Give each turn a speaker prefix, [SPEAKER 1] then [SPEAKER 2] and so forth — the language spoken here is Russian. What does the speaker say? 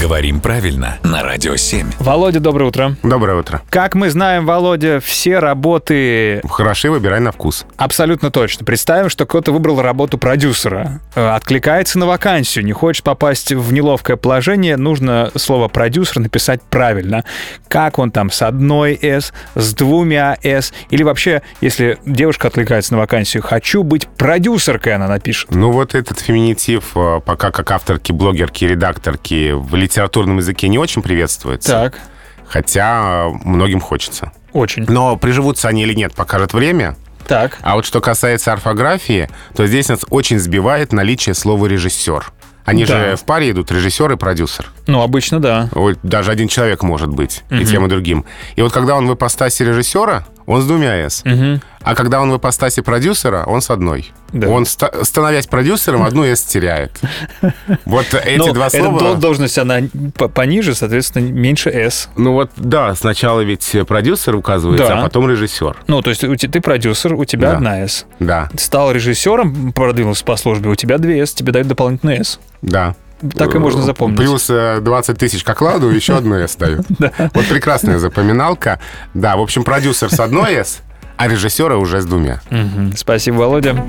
[SPEAKER 1] Говорим правильно на Радио 7.
[SPEAKER 2] Володя, доброе утро.
[SPEAKER 3] Доброе утро.
[SPEAKER 2] Как мы знаем, Володя, все работы
[SPEAKER 3] Хороши, выбирай на вкус.
[SPEAKER 2] абсолютно точно. Представим, что кто-то выбрал работу продюсера, э, откликается на вакансию, не хочет попасть в неловкое положение, нужно слово «продюсер» написать правильно. Как он там, с одной «с», с двумя «с», или вообще, если девушка откликается на вакансию «хочу быть продюсеркой», она напишет.
[SPEAKER 3] Ну вот этот феминитив э, пока как авторки, блогерки, редакторки в литературном языке не очень приветствуется.
[SPEAKER 2] Так,
[SPEAKER 3] Хотя э, многим хочется.
[SPEAKER 2] очень.
[SPEAKER 3] Но приживутся они или нет, покажет время.
[SPEAKER 2] Так.
[SPEAKER 3] А вот что касается орфографии, то здесь нас очень сбивает наличие слова «режиссер». Они
[SPEAKER 2] Да.
[SPEAKER 3] же в паре идут, режиссер и продюсер.
[SPEAKER 2] Ну, обычно да.
[SPEAKER 3] Вот даже один человек может быть, и тем, и другим. И вот когда он в ипостасе режиссера, он с двумя «с». А когда он в ипостасе продюсера, он с одной.
[SPEAKER 2] Да.
[SPEAKER 3] Он, ста- становясь продюсером, одну «с» теряет. Вот эти
[SPEAKER 2] Ну,
[SPEAKER 3] два
[SPEAKER 2] эта
[SPEAKER 3] слова...
[SPEAKER 2] дол- должность, она по- пониже, соответственно, меньше «с».
[SPEAKER 3] Ну вот, да, сначала ведь продюсер указывается,
[SPEAKER 2] Да.
[SPEAKER 3] а потом режиссер.
[SPEAKER 2] Ну, то есть у те- ты продюсер, у тебя
[SPEAKER 3] Да.
[SPEAKER 2] одна «с».
[SPEAKER 3] Да,
[SPEAKER 2] Стал режиссером, продвинулся по службе, у тебя две «с», тебе дают дополнительную «с».
[SPEAKER 3] да.
[SPEAKER 2] Так и можно
[SPEAKER 3] Э,
[SPEAKER 2] запомнить.
[SPEAKER 3] Плюс э, 20 тысяч к окладу, еще одну «с» дают. Вот прекрасная запоминалка. Да, в общем, продюсер с одной «с», а режиссера уже с двумя.
[SPEAKER 2] Мгм. Спасибо, Володя.